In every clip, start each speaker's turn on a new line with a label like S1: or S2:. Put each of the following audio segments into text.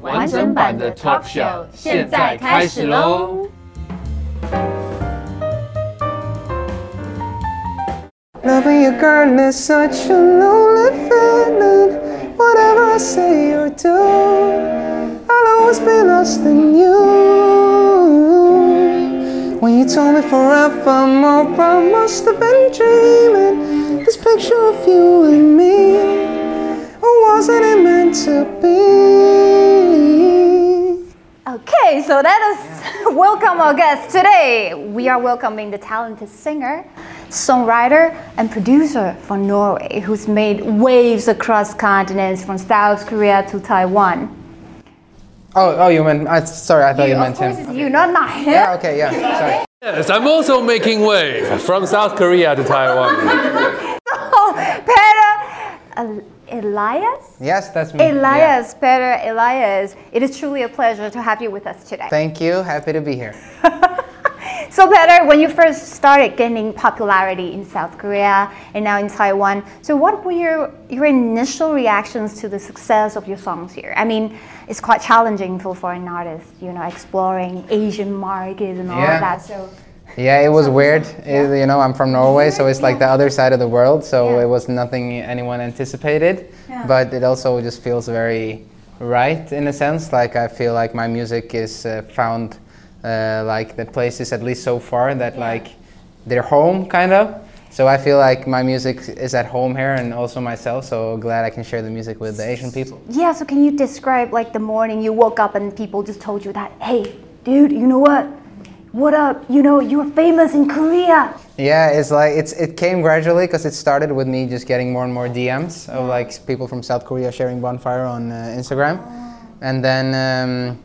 S1: 完整版的 talk show 现在开始喽！
S2: Loving you, girl, is such a lonely feeling. Whatever I say or do, I'll always be lost in you. When you told me forevermore, I must have been dreaming. This picture of you and me, or wasn't it meant to be?
S3: Okay, so that is welcome our guest today. We are welcoming the talented singer, songwriter, and producer from Norway who's made waves across continents from South Korea to Taiwan.
S2: Oh, oh, you meant, I, sorry, I thought you, meant
S3: of course,
S2: him.
S3: it's you, not not him.
S2: Yeah, okay, yeah, sorry.
S4: Yes, I'm also making way from South Korea to Taiwan.
S3: Oh, Peter El- Elias?
S2: Yes, that's me. Yeah.
S3: Elias, Peter Elias. It is truly a pleasure to have you with us today.
S2: Thank you. Happy to be here.
S3: So Peter, when you first started gaining popularity in South Korea and now in Taiwan, so what were your your initial reactions to the success of your songs here? I mean, it's quite challenging for foreign artists, you know, exploring Asian markets and all
S2: Yeah.
S3: of that. So
S2: Yeah, it was weird. It- you know, I'm from Norway, so it's like the other side of the world. So
S3: Yeah.
S2: it was nothing anyone anticipated, but it also just feels very right in a sense. Like I feel like my music is uh, found uh, like the places, at least so far, that like they're home kind of. So I feel like my music is at home here, and also myself. So glad I can share the music with the Asian people.
S3: yeah, so can you describe like the morning you woke up and people just told you that, hey, dude, you know what? What up? You know, you're famous in Korea.
S2: Yeah, it's like it's it came gradually because it started with me just getting more and more DMs of like s- people from South Korea sharing bonfire on uh, Instagram, and then um,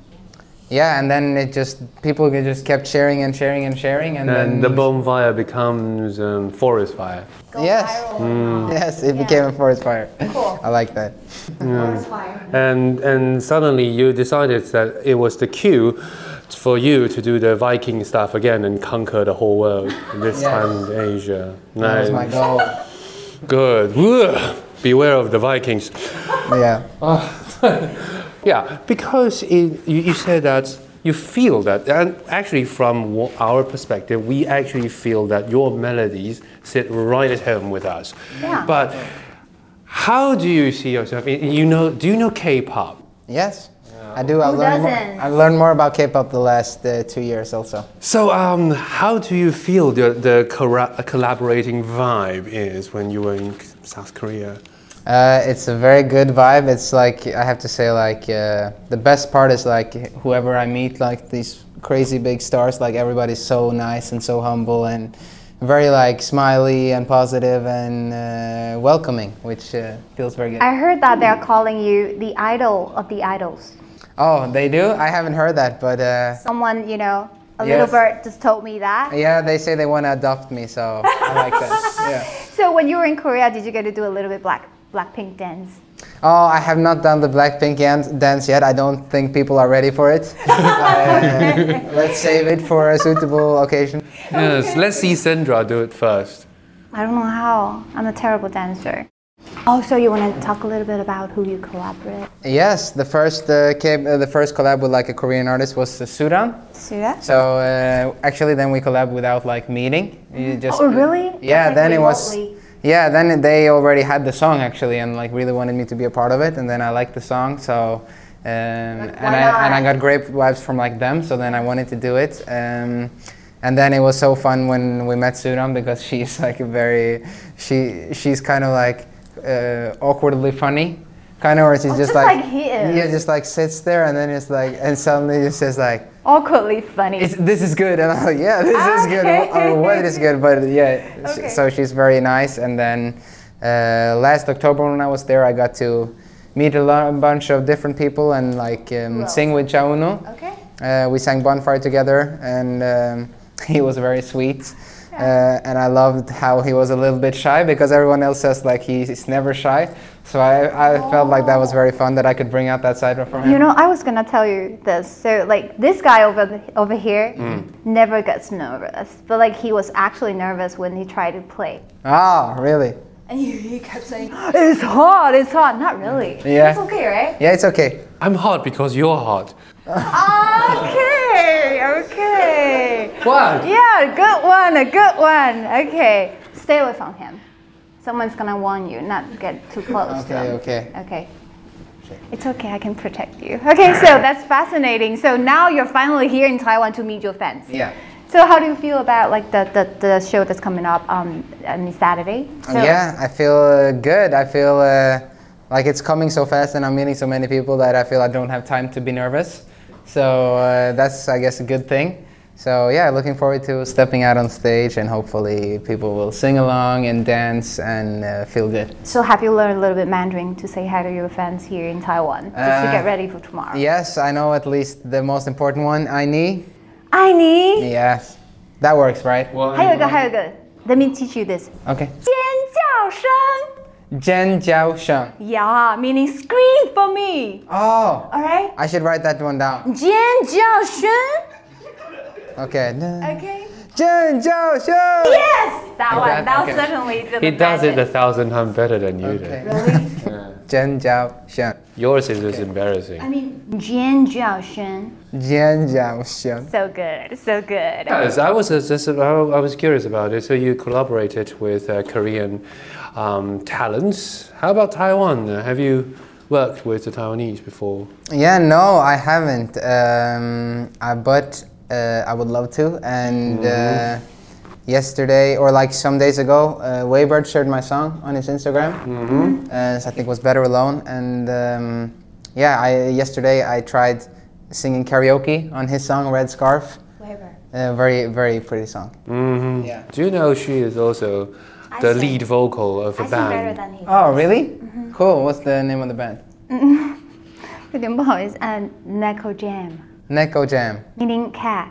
S2: yeah, and then it just people g- just kept sharing and sharing and sharing, and, then
S4: And the bonfire becomes um, forest fire.
S2: yes,
S4: Hmm.
S2: yes, it became a forest fire. Cool. I like that.
S4: And, and suddenly you decided that it was the cue for you to do the Viking stuff again and conquer the whole world, this
S2: Yes.
S4: time Asia.
S2: That was my
S4: Nice.
S2: goal.
S4: Good. Woo. Beware of the Vikings.
S2: yeah.
S4: Yeah, because it, you, you said that you feel that, and actually, from wh- our perspective, we actually feel that your melodies sit right at home with us.
S3: Yeah.
S4: But how do you see yourself? in- You know, do you know K-pop?
S2: Yes. I do. I
S3: Who
S2: learned more.
S3: doesn't?
S2: I learned more about K-pop the last uh, two years also.
S4: So, um, how do you feel the the corra- uh, collaborating vibe is when you were in South Korea?
S2: Uh, it's a very good vibe. It's like I have to say, like uh, the best part is like whoever I meet, like these crazy big stars, like everybody's so nice and so humble and very like smiley and positive and uh, welcoming, which uh, feels very good.
S3: I heard that they're calling you the idol of the idols.
S2: oh, they do? I haven't heard that, but uh,
S3: Someone, you know, a
S2: Yes.
S3: little bird just told me that.
S2: yeah, they say they want to adopt me, so I like that. Yeah.
S3: So when you were in Korea, did you get to do a little bit black Blackpink dance?
S2: Oh, I have not done the Blackpink yan- dance yet. I don't think people are ready for it. Uh, let's save it for a suitable occasion.
S4: Yes, let's see Sandra do it first.
S3: I don't know how. I'm a terrible dancer. Also, you want to talk a little bit about who you collaborate?
S2: Yes, the first uh, came, uh, the first collab with like a Korean artist was uh, Sudan.
S3: Suda?
S2: So uh, actually, then we collab without like meeting. You just
S3: Oh, really?
S2: Yeah,
S3: Like
S2: then it was.
S3: remotely.
S2: Yeah, then they already had the song actually, and like really wanted me to be a part of it, and then I liked the song, so. Um, and I and I got great vibes from like them, so then I wanted to do it. Um, and then it was so fun when we met Sudan because she's like a very, she she's kind of like uh, awkwardly funny, kind of, or she's
S3: Oh, just
S2: just,
S3: like he is.
S2: Yeah, just like sits there and then it's like, and suddenly it says like,
S3: Awkwardly funny.
S2: it's, this is good and i'm like yeah this is good
S3: Okay.
S2: or what is good but yeah sh-
S3: Okay.
S2: so she's very nice and then uh, last october when i was there i got to meet a, lo- bunch of different people and like um,
S3: else?
S2: sing with chauno
S3: Okay.
S2: Uh, we sang Bonfire together, and um, he was very sweet. Uh, and I loved how he was a little bit shy because everyone else says like he's never shy. So I, I felt like that was very fun that I could bring out that side from him.
S5: You know, I was gonna tell you this. So like this guy over the, over here never gets nervous, but like he was actually nervous when he tried to play.
S2: Ah, really?
S4: And you, you kept saying,
S5: It's hard. It's hard. Not really.
S4: it's
S2: Yeah.
S4: okay, right?
S2: Yeah, it's okay.
S6: I'm hot because you're hot.
S5: Okay. Okay.
S6: What?
S5: Yeah, a good one. A good one. Okay. Stay away from him. Someone's gonna warn you not to get too close to
S2: Okay,
S5: him.
S2: okay.
S5: Okay. It's okay, I can protect you. Okay, so that's fascinating. So now you're finally here in Taiwan to meet your fans.
S2: Yeah.
S5: So how do you feel about like the, the, the show that's coming up um, on Saturday? So,
S2: yeah, I feel uh, good. I feel uh, like it's coming so fast, and I'm meeting so many people that I feel I don't have time to be nervous. So uh, that's, I guess, a good thing. So yeah, looking forward to stepping out on stage, and hopefully people will sing along and dance and uh, feel good.
S5: So have you learned a little bit Mandarin to say hi to your fans here in Taiwan just to
S2: Uh,
S5: get ready for tomorrow?
S2: Yes, I know at least the most important one. I need.
S5: I need.
S2: Yes, that works, right?
S5: Hey, go, hey, go. Let me teach you this.
S2: Okay.
S5: 尖叫声.
S2: Zhen Jiao Sheng.
S5: Yeah, meaning scream for me.
S2: Oh,
S5: All right.
S2: I should write that one down.
S5: 尖叫声.
S2: Okay.
S4: Okay.
S2: Zhen Jiao Sheng.
S5: Yes, that one. That was
S2: Okay.
S5: certainly the
S6: He does it a
S5: best.
S6: thousand times better than you
S2: Okay.
S6: do.
S2: Zhen Jiao Sheng.
S6: Yours is just embarrassing.
S4: I mean,
S5: 尖叫声.
S2: Jian Jiao Sheng.
S5: So good, so good.
S2: Um,
S6: Yes, I was uh, just- just I was curious about it. So you collaborated with uh, Korean um, talents. How about Taiwan? Have you worked with the Taiwanese before?
S2: Yeah, no, I haven't. Um, I, but uh, I would love to. And uh, yesterday, or like some days ago, uh, Waybird shared my song on his Instagram. Mm-hmm. Uh, so I think it was Better Alone. And um, yeah, I, yesterday I tried singing karaoke on his song Red Scarf.
S4: whatever.
S2: A very, very pretty song.
S6: hmm
S2: Yeah.
S6: Do you know she is also
S4: I
S6: the
S4: sing-
S6: lead vocal of a
S4: I sing better
S6: band?
S4: than he.
S2: Oh, really? Cool. What's the name of the band?
S5: 有点不好意思，按 Neko Jam
S2: Neko Jam.
S5: meaning cat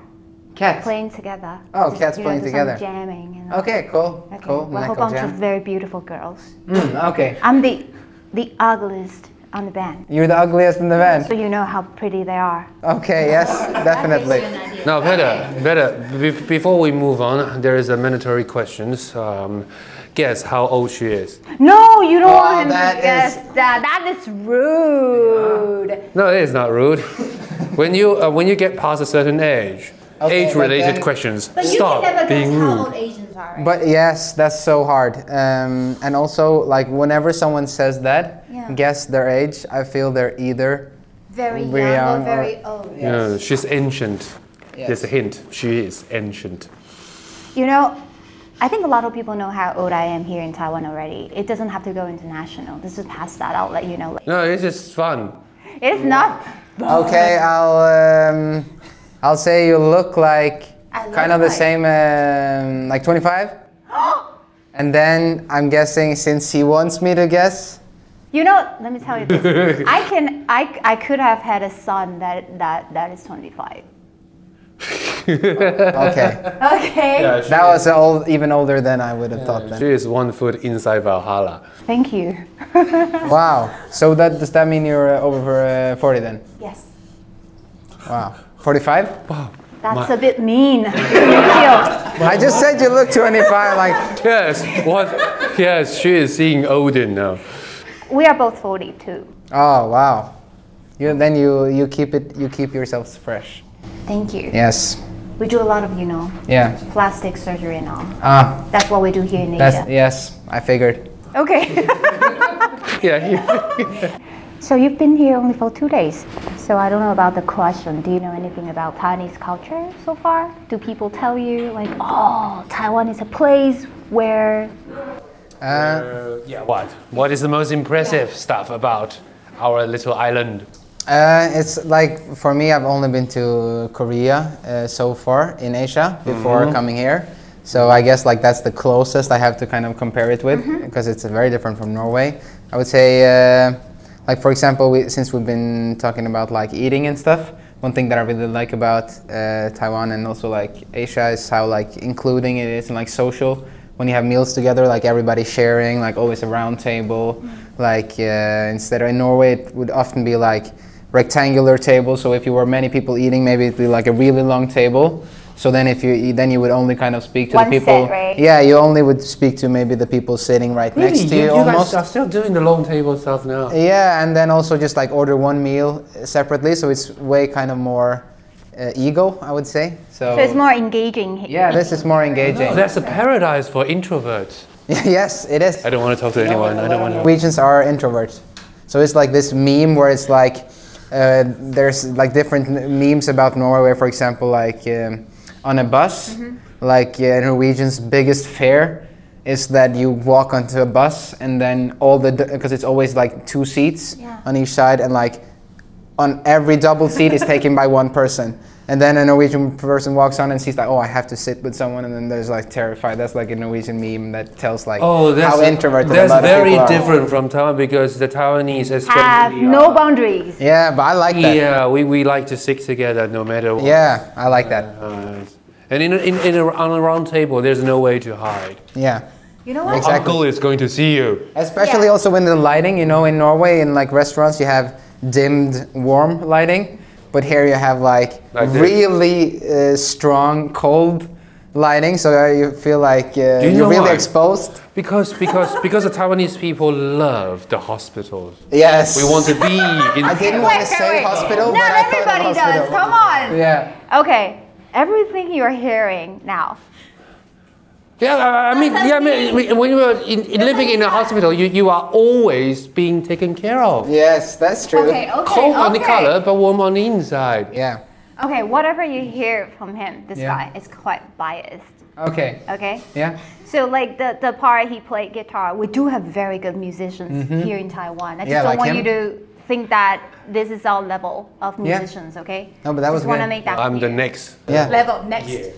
S2: Cats.
S5: playing together.
S2: Oh,
S5: Just,
S2: cats
S5: you
S2: playing
S5: know, do some
S2: together.
S5: Jamming. And all.
S2: Okay, cool.
S5: Okay,
S2: Cool.
S5: We're a whole
S2: Neko
S5: bunch of
S2: Jam.
S5: very beautiful girls.
S2: Mm, okay.
S5: I'm the the ugliest on the band,
S2: You're the ugliest in the band.
S5: so you know how pretty they are.
S2: Okay, yes, definitely.
S6: No, better, better. Be- before we move on, there is a mandatory questions. Um, guess how old she is?
S5: No, you don't
S2: Oh,
S5: want him
S2: that
S5: to
S2: is-
S5: guess that. That is rude.
S6: No, it is not rude. when you uh, when you get past a certain age,
S2: Okay,
S6: age-related
S2: but then-
S6: questions
S4: But you
S6: stop
S4: can never guess
S6: being rude.
S4: how old Asians are, right?
S2: But yes, that's so hard. Um, and also, like, whenever someone says that,
S4: Yeah.
S2: guess their age, I feel they're either.
S4: very young,
S2: Very young
S4: or
S2: or-
S4: very old.
S6: Yeah, she's ancient.
S2: Yes.
S6: There's a hint. She is ancient.
S5: You know, I think a lot of people know how old I am here in Taiwan already. It doesn't have to go international. Let's just pass that. I'll let you know. later.
S6: No, it's just fun.
S5: It's not.
S2: Okay, I'll, um, I'll say you look like
S4: I look
S2: kind of the
S4: like-
S2: same, um, like 25. and then I'm guessing since he wants me to guess.
S5: You know, let me tell you this. I can, I, I could have had a son that that that is 25.
S2: Okay,
S4: Okay.
S6: Yeah, she,
S2: that was old, even older than I would have thought then.
S6: she is one foot inside Valhalla.
S5: Thank you.
S2: Wow. So that does that mean you're uh, over uh, 40 then?
S4: Yes.
S2: Wow. 45?
S5: That's a bit mean. Thank you.
S2: I just said you look 25. Like,
S6: Yes, what? yes, she is seeing Odin now.
S5: We are both 42.
S2: oh wow. You then you you keep it you keep yourselves fresh.
S5: Thank you.
S2: Yes.
S5: We do a lot of, you know,
S2: Yeah.
S5: plastic surgery and all.
S2: Ah.
S5: That's what we do here in
S2: That's
S5: Asia.
S2: yes. I figured.
S5: Okay.
S6: Yeah,
S5: so you've been here only for two days. So I don't know about the question. Do you know anything about Taiwanese culture so far? Do people tell you like, oh, Taiwan is a place where
S2: Uh,
S6: yeah. What? What is the most impressive stuff about our little island?
S2: Uh, it's like for me, I've only been to Korea uh, so far in Asia before coming here. So I guess like that's the closest I have to kind of compare it with because it's very different from Norway. I would say, uh, like for example, we, since we've been talking about like eating and stuff, one thing that I really like about uh, Taiwan and also like Asia is how like including it is and like social. When you have meals together, like everybody sharing, like always a round table. Like uh, instead of in Norway, it would often be like rectangular table. So if you were many people eating, maybe it'd be like a really long table. So then if you then you would only kind of speak to
S5: One
S2: the people.
S5: set, right?
S2: Yeah, you only would speak to maybe the people sitting right
S6: Really,
S2: next to
S6: you,
S2: you,
S6: you
S2: almost.
S6: guys are still doing the long table stuff now.
S2: Yeah, and then also just like order one meal uh, separately, so it's way kind of more uh, ego, I would say. So,
S5: So it's more engaging. he-
S2: yeah, this is more engaging.
S6: Oh, that's a paradise for introverts.
S2: yes, it is.
S6: I don't want to talk to anyone. I don't want to.
S2: Norwegians are introverts, so it's like this meme where it's like uh, there's like different n- memes about Norway, for example, like um, on a bus, like uh, Norwegians' biggest fear is that you walk onto a bus and then all the because it's always like two seats
S5: Yeah.
S2: on each side and like on every double seat is taken by one person. And then a Norwegian person walks on and sees like, oh, I have to sit with someone, and then there's like terrified. That's like a Norwegian meme that tells like
S6: Oh, that's,
S2: how introverted a
S6: that's
S2: lot of
S6: very
S2: people are.
S6: different from Taiwan because the Taiwanese, especially,
S5: Have no boundaries.
S2: Yeah, but I like that. Yeah,
S6: Yeah, we, we like to stick together no matter what.
S2: I like that.
S6: Uh, and in, a- in, in a, on a round table, there's no way to hide.
S2: Yeah,
S4: You know what?
S2: Exactly.
S6: Uncle is going to see you.
S2: especially
S5: Yeah.
S2: also in the lighting. You know, in Norway, in like restaurants, you have dimmed warm lighting, but here you have like,
S6: Like this.
S2: really uh, strong cold lighting, so uh, you feel like uh,
S6: you know
S2: you're really
S6: why?
S2: exposed.
S6: Because because because the Taiwanese people love the hospitals.
S2: Yes.
S6: We want to be in.
S2: I didn't want to say hospital, but
S5: Not
S2: I thought of
S5: everybody
S2: hospital.
S5: does. Come on.
S2: Yeah.
S5: Okay. Everything you're hearing now.
S6: Yeah, uh, I I mean, yeah, I mean, we- when you are in, in living in a hospital, you, you are always being taken care of.
S2: Yes, that's true.
S4: Okay,
S5: oh.
S4: okay.
S6: Cold on the
S4: okay.
S6: color, but warm on the inside.
S2: Yeah.
S5: Okay, whatever you hear from him, this
S2: Yeah.
S5: guy is quite biased.
S2: Okay.
S5: Okay?
S2: Yeah.
S5: So like the, the part he played guitar, we do have very good musicians here in Taiwan. I
S2: Mm-hmm.
S5: just
S2: Yeah,
S5: don't
S2: like
S5: want
S2: him.
S5: you to think that this is our level of musicians, okay?
S2: No, but that was
S5: just want to
S2: good.
S5: make that
S6: I'm the
S5: clear.
S6: next.
S2: Yeah.
S4: Level next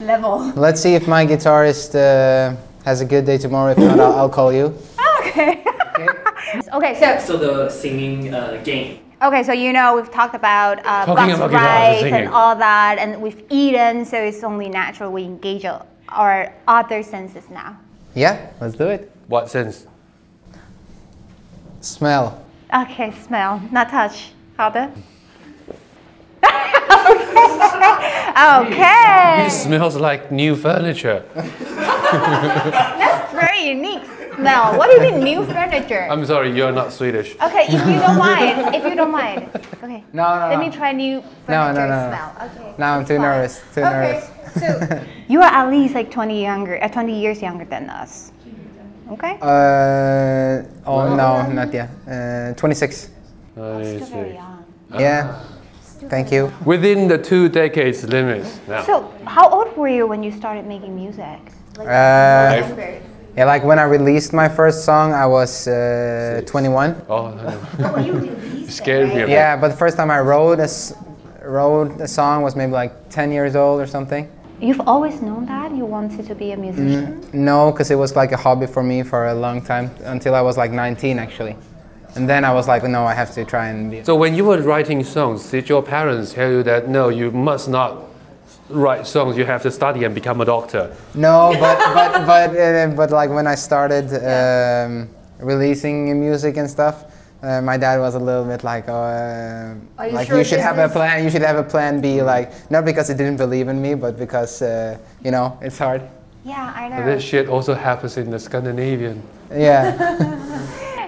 S4: level.
S2: Let's see if my guitarist uh, has a good day tomorrow. If not, I'll, I'll call you.
S5: Okay. okay, so
S7: So the singing uh, game.
S5: okay, so you know we've talked about uh,
S6: Talking
S5: bus
S6: about guitars and
S5: rides and
S6: singing.
S5: all that, and we've eaten, so it's only natural we engage our- our other senses now.
S2: Yeah. Let's do it.
S6: What sense?
S2: Smell.
S5: Okay, smell, not touch. 好的。okay.
S6: It smells like new furniture.
S5: That's very unique smell. What do you mean new furniture?
S2: Um,
S6: I'm sorry, you're not Swedish.
S5: okay, if you don't mind, if you don't mind. Okay.
S2: No, no, no.
S5: Let me try new
S2: No,
S5: furniture
S2: no, no, no.
S5: smell. Okay.
S2: Now I'm too
S5: fine.
S2: nervous. Too nervous.
S5: You are at least like 20 younger, uh, 20 years younger than us. Okay.
S2: Uh, oh no, not yet. Uh, 26.
S5: Still very young.
S2: Yeah. Thank you.
S6: Within the two decades limit. Now.
S5: So, how old were you when you started making music?
S2: Uh,
S6: I've-
S2: yeah, like when I released my first song, I was uh, 21.
S6: oh, no. you scared me. a bit.
S2: Yeah, but the first time I wrote a s- wrote a song was maybe like 10 years old or something.
S5: You've always known that you wanted to be a musician.
S2: No, because it was like a hobby for me for a long time until I was like 19 actually, and then I was like, no, I have to try and be.
S6: So when you were writing songs, did your parents tell you that no, you must not write songs. You have to study and become a doctor.
S2: No, but but but uh, but like when I started um, releasing music and stuff. Uh, my dad was a little bit like, oh, uh,
S4: Are you
S2: like
S4: sure Mm-hmm.
S2: you should
S4: this
S2: have a
S4: is-
S2: plan. You should have a plan B, like not because he didn't believe in me, but because uh, you know it's hard.
S5: Yeah, I
S6: But
S5: know.
S6: that shit also happens in the Scandinavian.
S2: Yeah,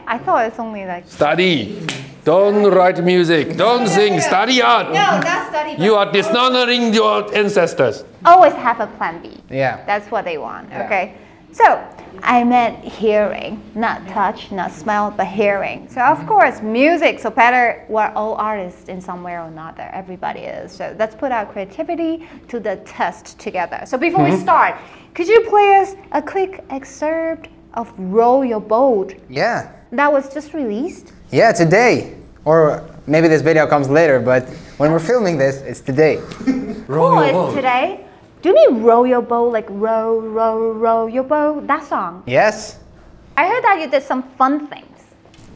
S5: I thought it's only like
S6: Study. Don't write music. Don't sing. Study art.
S5: no, not study.
S6: You are dishonoring your ancestors.
S5: always have a plan B.
S2: yeah,
S5: That's what they want. Okay. So I meant hearing, not touch, not smell, but hearing. So
S6: Mm-hmm.
S5: of course, music. So better, we're all artists in some way or another. Everybody is. So let's put our creativity to the test together. So before we
S6: Mm-hmm.
S5: start, could you play us a quick excerpt of "Row Your Boat"
S2: yeah.
S5: that was just released?
S2: Yeah, today. Or maybe this video comes later, but when we're filming this, it's today.
S6: Roll
S5: Cool,
S6: your
S5: it's
S6: boat.
S5: today. Do you mean "Row Your Boat" like row, row, row your boat? That song.
S2: Yes?
S5: I heard that you did some fun things.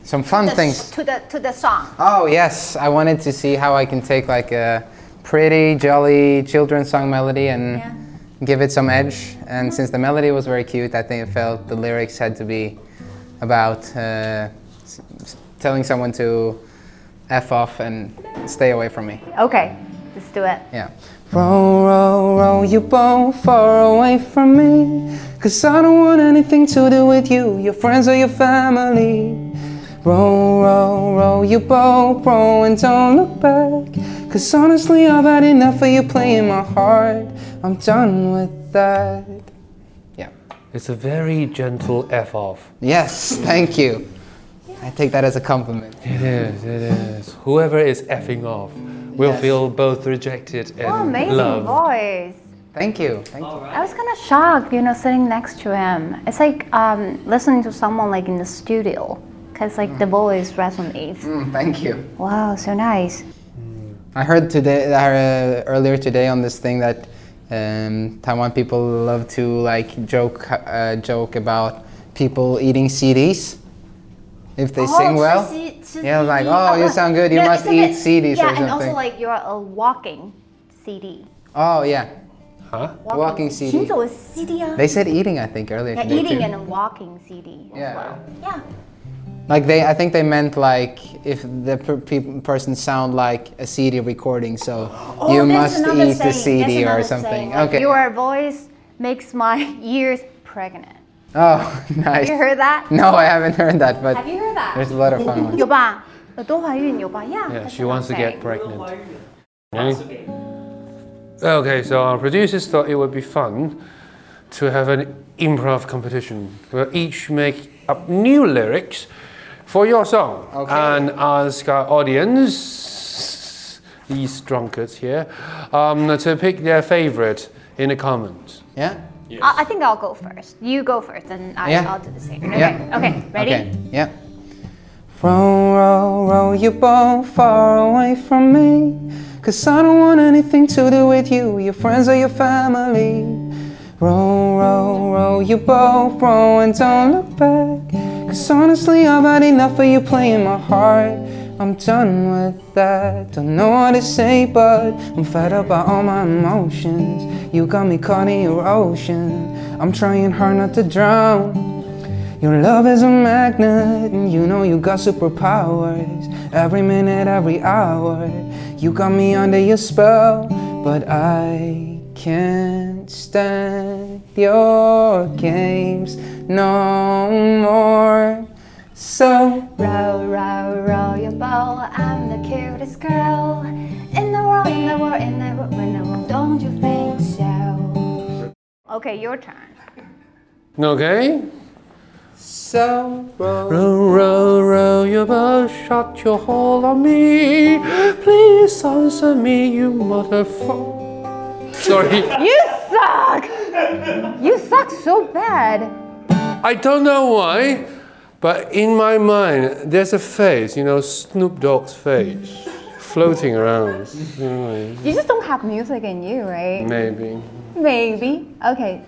S2: some fun
S5: the,
S2: things.
S5: to the to the song.
S2: Oh yes, I wanted to see how I can take like a pretty jolly children's song melody and
S5: Yeah.
S2: give it some edge. And since the melody was very cute, I think it felt the lyrics had to be about uh, s- s- telling someone to f off and stay away from me.
S5: Okay, let's do it.
S2: Yeah. Row, row, row your boat far away from me. Cause I don't want anything to do with you, your friends or your family. Row, row, row your boat, row and don't look back. Cause honestly, I've had enough of you playing my heart. I'm done with that. Yeah.
S6: It's a very gentle F off.
S2: Yes, thank you. I take that as a compliment.
S6: It is, it is. Whoever is effing off will
S2: Yes.
S6: feel both rejected and
S5: Oh, amazing
S6: loved.
S5: voice.
S2: Thank you. Thank you.
S5: I was kind of shocked, you know, sitting next to him. It's like um, listening to someone like in the studio, cause like the voice resonates.
S2: Mm, thank you.
S5: Wow, so nice.
S2: I heard today uh, earlier today on this thing that um, Taiwan people love to like joke uh, joke about people eating CDs if
S5: Oh,
S2: they sing well. yeah, like oh, you sound good. You
S5: Uh, Yeah,
S2: must
S5: isn't
S2: eat
S5: it-
S2: CDs
S5: Yeah,
S2: or something.
S5: and also like you're a walking CD.
S2: oh yeah,
S6: Huh?
S2: walking CD.
S5: 行走的 CD 啊。
S2: They said eating, I think earlier.
S5: Yeah,
S2: today,
S5: eating
S2: too.
S5: and walking CD as
S2: Yeah.
S5: well. Yeah.
S2: like they, I think they meant like if the per- pe- person sound like a CD recording, so
S5: Oh,
S2: you
S5: that's
S2: must
S5: another
S2: eat the
S5: saying. That's
S2: CD or
S5: another
S2: something.
S5: saying, like,
S2: okay.
S5: Your voice makes my ears pregnant.
S2: oh, nice.
S5: You heard that?
S2: No, I haven't heard that, but
S5: Have you heard that?
S2: there's a lot of fun ones.
S5: 有吧？耳朵怀孕有吧？Yeah.
S6: Yeah,
S5: that's
S6: she
S5: what
S6: wants to
S5: I'm
S6: get
S5: saying.
S6: pregnant.
S7: That's okay.
S6: Okay, so our producers thought it would be fun to have an improv competition where each make up new lyrics for your song
S2: Okay.
S6: and ask our audience, these drunkards here, um, to pick their favorite in the comments.
S2: Yeah?
S5: I, I think I'll go first. You go first, and I,
S2: Yeah.
S5: I'll do the same. Okay.
S2: Yeah.
S5: Okay. Ready?
S2: Okay, yeah. Row, row, row your boat far away from me. Cause I don't want anything to do with you, your friends or your family. Row, row, row your boat, row and don't look back. Cause honestly, I've had enough of you playing my heart. I'm done with that. Don't know what to say, but I'm fed up by all my emotions. You got me caught in your ocean. I'm trying hard not to drown. Your love is a magnet, and you know you got superpowers. Every minute, every hour, you got me under your spell. But I can't stand your games no more. So,
S5: Row, row, row your boat. I'm the cutest girl in the world, in the world, in the world, in the world. Don't you think so? Okay, your turn.
S6: Okay?
S2: so,
S6: Row, row, row your boat, shut your hole on me. Please answer me, you motherfucker. Sorry.
S5: You suck. you suck so bad.
S6: I don't know why, but in my mind, there's a face, you know, Snoop Dogg's face, floating around. You know,
S5: You just don't have music in you, right?
S6: Maybe.
S5: Maybe. Okay.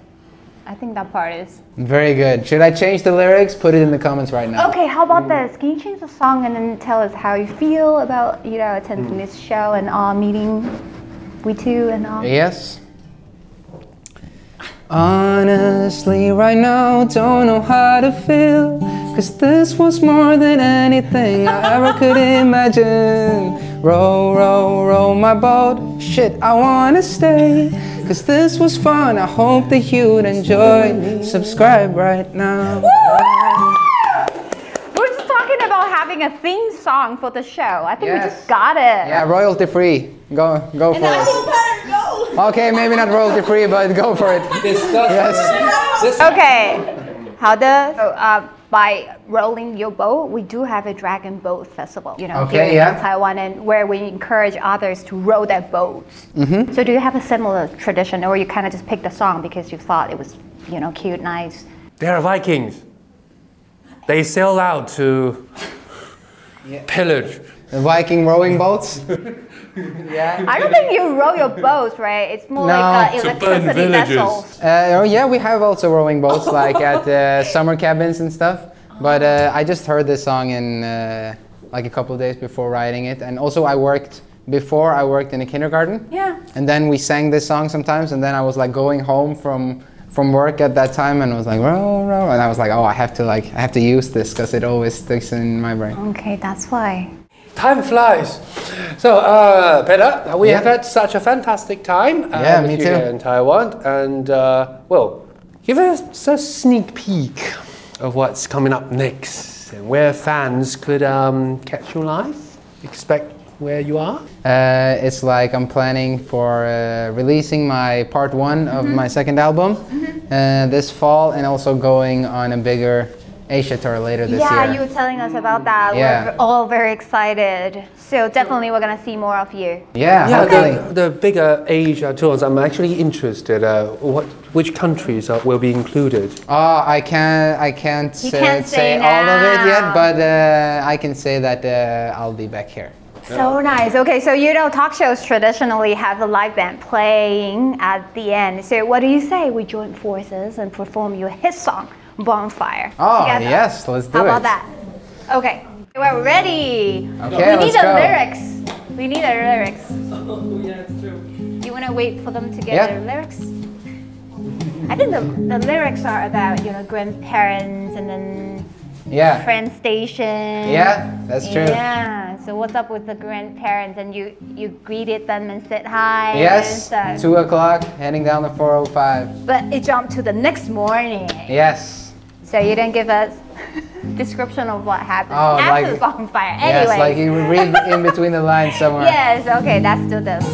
S5: I think that part is.
S2: Very good. Should I change the lyrics? Put it in the comments right now.
S5: Okay, how about this? Can you change the song and then tell us how you feel about, you know, attending
S2: Mm.
S5: this show and all meeting we two and all?
S2: Yes. Honestly, right now, don't know how to feel. Cause this was more than anything I ever could imagine. Row, row, row my boat. Shit, I wanna stay. Cause this was fun. I hope that you'd enjoy. Subscribe right now.
S5: We're just talking about having a theme song for the show. I think we
S2: Yes.
S5: just got it.
S2: Yeah, royalty free. Go, go for it. Okay, maybe not royalty free, but go for it. Yes.
S5: Okay. 好的 so, uh, by rolling your boat, we do have a dragon boat festival, you know,
S2: Okay,
S5: here
S2: yeah.
S5: in Taiwan, and where we encourage others to row their boats. Mm-hmm. So, do you have a similar tradition, or you kind of just picked a song because you thought it was, you know, cute, nice?
S6: They're Vikings. They sail out to pillage.
S2: Viking rowing boats.
S5: I don't think you row your boats, right? It's more
S2: No.
S5: like uh,
S6: To burn
S5: electricity
S6: villages.
S5: vessels.
S2: Uh, oh yeah, we have also rowing boats like at uh, summer cabins and stuff. But uh, I just heard this song in uh, like a couple of days before writing it, and also I worked before I worked in a kindergarten.
S1: Yeah.
S2: And then we sang this song sometimes, and then I was like going home from from work at that time, and I was like, row, row, and I was like, oh, I have to like I have to use this because it always sticks in my brain.
S5: Okay, that's why.
S6: Time flies. So, uh, Peter, we have had such a fantastic time uh,
S2: Yeah,
S6: with
S2: me
S6: you
S2: too.
S6: here in Taiwan. And, uh, well, give us a sneak peek of what's coming up next and where fans could um, catch your live, expect where you are.
S2: Uh, it's like I'm planning for uh, releasing my part one of
S5: Mm-hmm.
S2: my second album uh, this fall, and also going on a bigger Asia tour later this
S5: yeah,
S2: year.
S5: you were telling us about that.
S2: Yeah.
S5: We're all very excited. So definitely we're gonna see more of you.
S2: yeah,
S6: Yeah,
S2: hopefully.
S6: the, the bigger Asia tours. I'm actually interested. Uh, what, which countries are, will be included?
S2: Oh, I can't, I can't,
S5: You
S2: uh,
S5: can't say
S2: say all of it
S5: now.
S2: yet, but uh, I can say that uh, I'll be back here.
S5: So nice. Okay, so you know talk shows traditionally have the live band playing at the end. So what do you say we join forces and perform your hit song Bonfire?
S2: Oh,
S5: together?
S2: yes, let's do
S5: How
S2: it.
S5: about that? Okay, we're ready.
S2: Okay,
S5: we need
S2: let's
S5: the
S2: go.
S5: lyrics. We need the lyrics.
S7: Oh, yeah, it's true.
S5: You wanna wait for them to get
S2: Yeah.
S5: their lyrics? I think the, the lyrics are about you know grandparents and then
S2: Yeah,
S5: friend station.
S2: yeah, that's true.
S5: Yeah. So what's up with the grandparents? And you you greeted them and said hi.
S2: Yes,
S5: and stuff.
S2: two o'clock, heading down oh the 405.
S5: But it jumped to the next morning.
S2: Yes.
S5: So you didn't give us description of what happened
S2: Oh,
S5: after
S2: like-
S5: the bonfire. Anyway.
S2: Yes, like you read in between the lines somewhere.
S5: yes. Okay. Let's do this.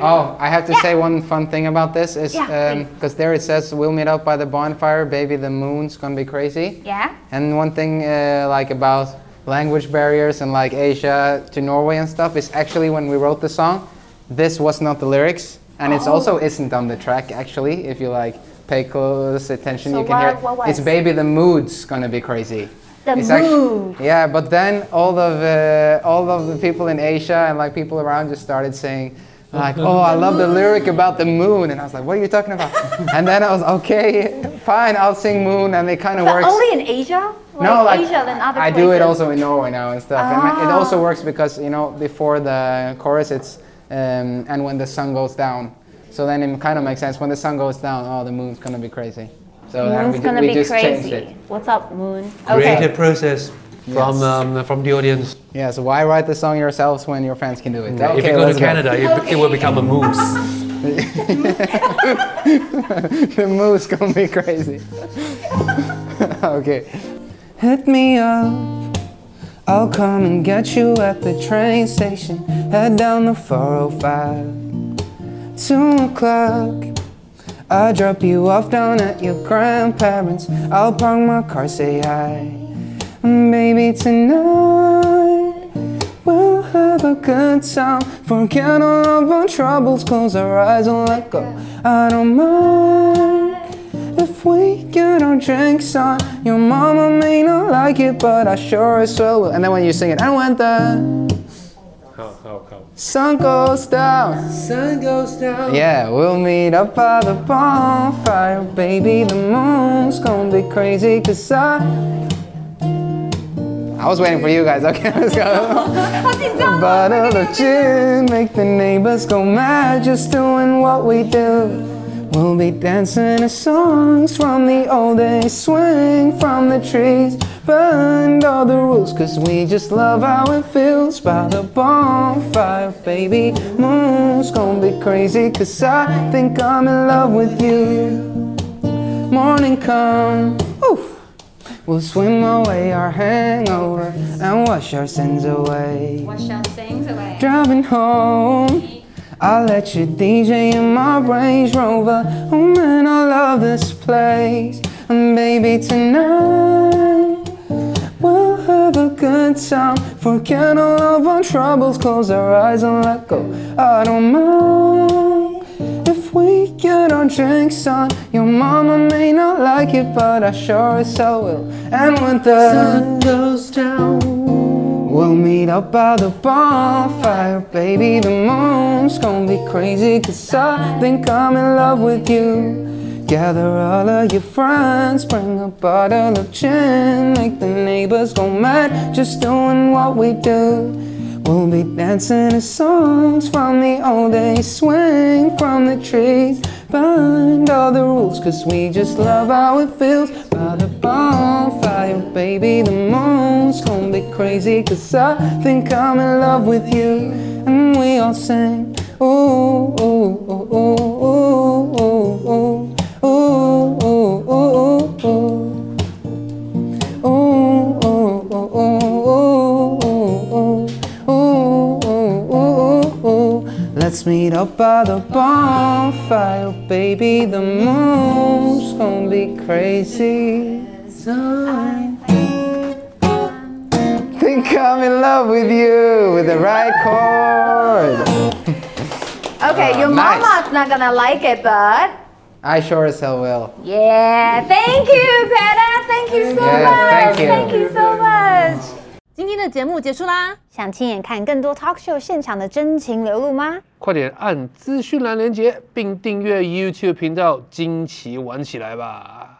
S2: Oh, I have to
S5: Yeah.
S2: say one fun thing about this is
S5: Yeah,
S2: because there it says we'll meet up by the bonfire, baby. The moon's gonna be crazy.
S5: Yeah.
S2: And one thing uh, like about language barriers and like Asia to Norway and stuff is actually when we wrote the song, this was not the lyrics, and it's
S5: Oh.
S2: also isn't on the track actually. If you like pay close attention,
S5: So
S2: you can hear
S5: what- what
S2: it's
S5: was?
S2: baby. The mood's gonna be crazy.
S5: The
S2: It's actu-
S5: mood.
S2: yeah, but then all of uh, all of the people in Asia and like people around just started saying like, "Oh, I love the lyric about the moon," and I was like, "What are you talking about?" and then I was okay, fine, I'll sing moon, and it kind of
S5: But
S2: works.
S5: only in Asia. Like
S2: no, like
S5: Asia than other
S2: I do it
S5: places? Ah.
S2: also in Norway now and stuff. And it also works because you know before the chorus it's um, and when the sun goes down. So then it kind of makes sense. When the sun goes down, oh, the moon's gonna be crazy. So then
S5: Moon's
S2: we, ju-
S5: gonna
S2: we
S5: be
S2: just changed
S5: crazy.
S2: it.
S5: What's up, Moon?
S6: Creative process from, um, from the audience.
S2: Yeah, so why write the song yourselves when your fans can do it?
S6: if you
S2: Okay,
S6: go to
S2: let's
S6: Canada, it, it will become a moose.
S2: the moose gonna be crazy. okay. Hit me up. I'll come and get you at the train station. Head down the 405. Two o'clock. I'll drop you off down at your grandparents. I'll park my car, say hi. And Baby, tonight we'll have a good time. Forget all of our troubles, close our eyes and let go. I don't mind if we get our drinks on. Your mama may not like it, but I sure as well will. And then when you sing it, and when the sun goes down.
S6: Sun goes down.
S2: Yeah, we'll meet up by the bonfire, baby. The moon's gonna be crazy, cause I. I was waiting for you guys, okay, let's go. A bottle of gin, make the neighbors go mad just doing what we do. We'll be dancing to songs from the old days, swing from the trees, bend all the rules, cause we just love how it feels by the bonfire, baby. Moon's gonna be crazy, cause I think I'm in love with you. Morning come, oof. We'll swim away our hangover and wash our sins away. Driving home, I'll let you DJ in my Range Rover. Oh man, I love this place. And baby, tonight we'll have a good time. Forget all of our troubles, close our eyes and let go. I don't mind if we get our drinks on. Your mama may not like it, but I sure as hell will. And when the sun goes down. We'll meet up by the bonfire, baby. The moon's gonna be crazy, cause I think I'm in love with you. Gather all of your friends, bring a bottle of gin, make the neighbors go mad just doing what we do. We'll be dancing to songs from the old days, swing from the trees, bend all the rules, cause we just love how it feels. By the bonfire, baby, the moon's gonna be crazy, cause I think I'm in love with you. And we all sing, ooh, ooh, ooh, ooh, ooh, ooh, ooh. Ooh, ooh, ooh, ooh, ooh. Ooh, ooh, ooh, ooh, ooh, ooh. Ooh, ooh, ooh, ooh, ooh. Let's meet up by the bonfire, baby. The moon's gonna be crazy. Think I'm in love with you with the right chord.
S3: Okay, your
S2: Uh, nice.
S3: mama's not gonna like it, but
S2: I sure as hell will.
S3: yeah, thank you, Peta. Thank you so
S2: Yeah,
S3: much.
S2: thank you.
S3: so much.
S1: 今天的节目结束啦。
S3: 想亲眼看更多 talk show 现场的真情流露吗？
S4: 快点按资讯栏连接，并订阅 YouTube 频道，惊奇玩起来吧！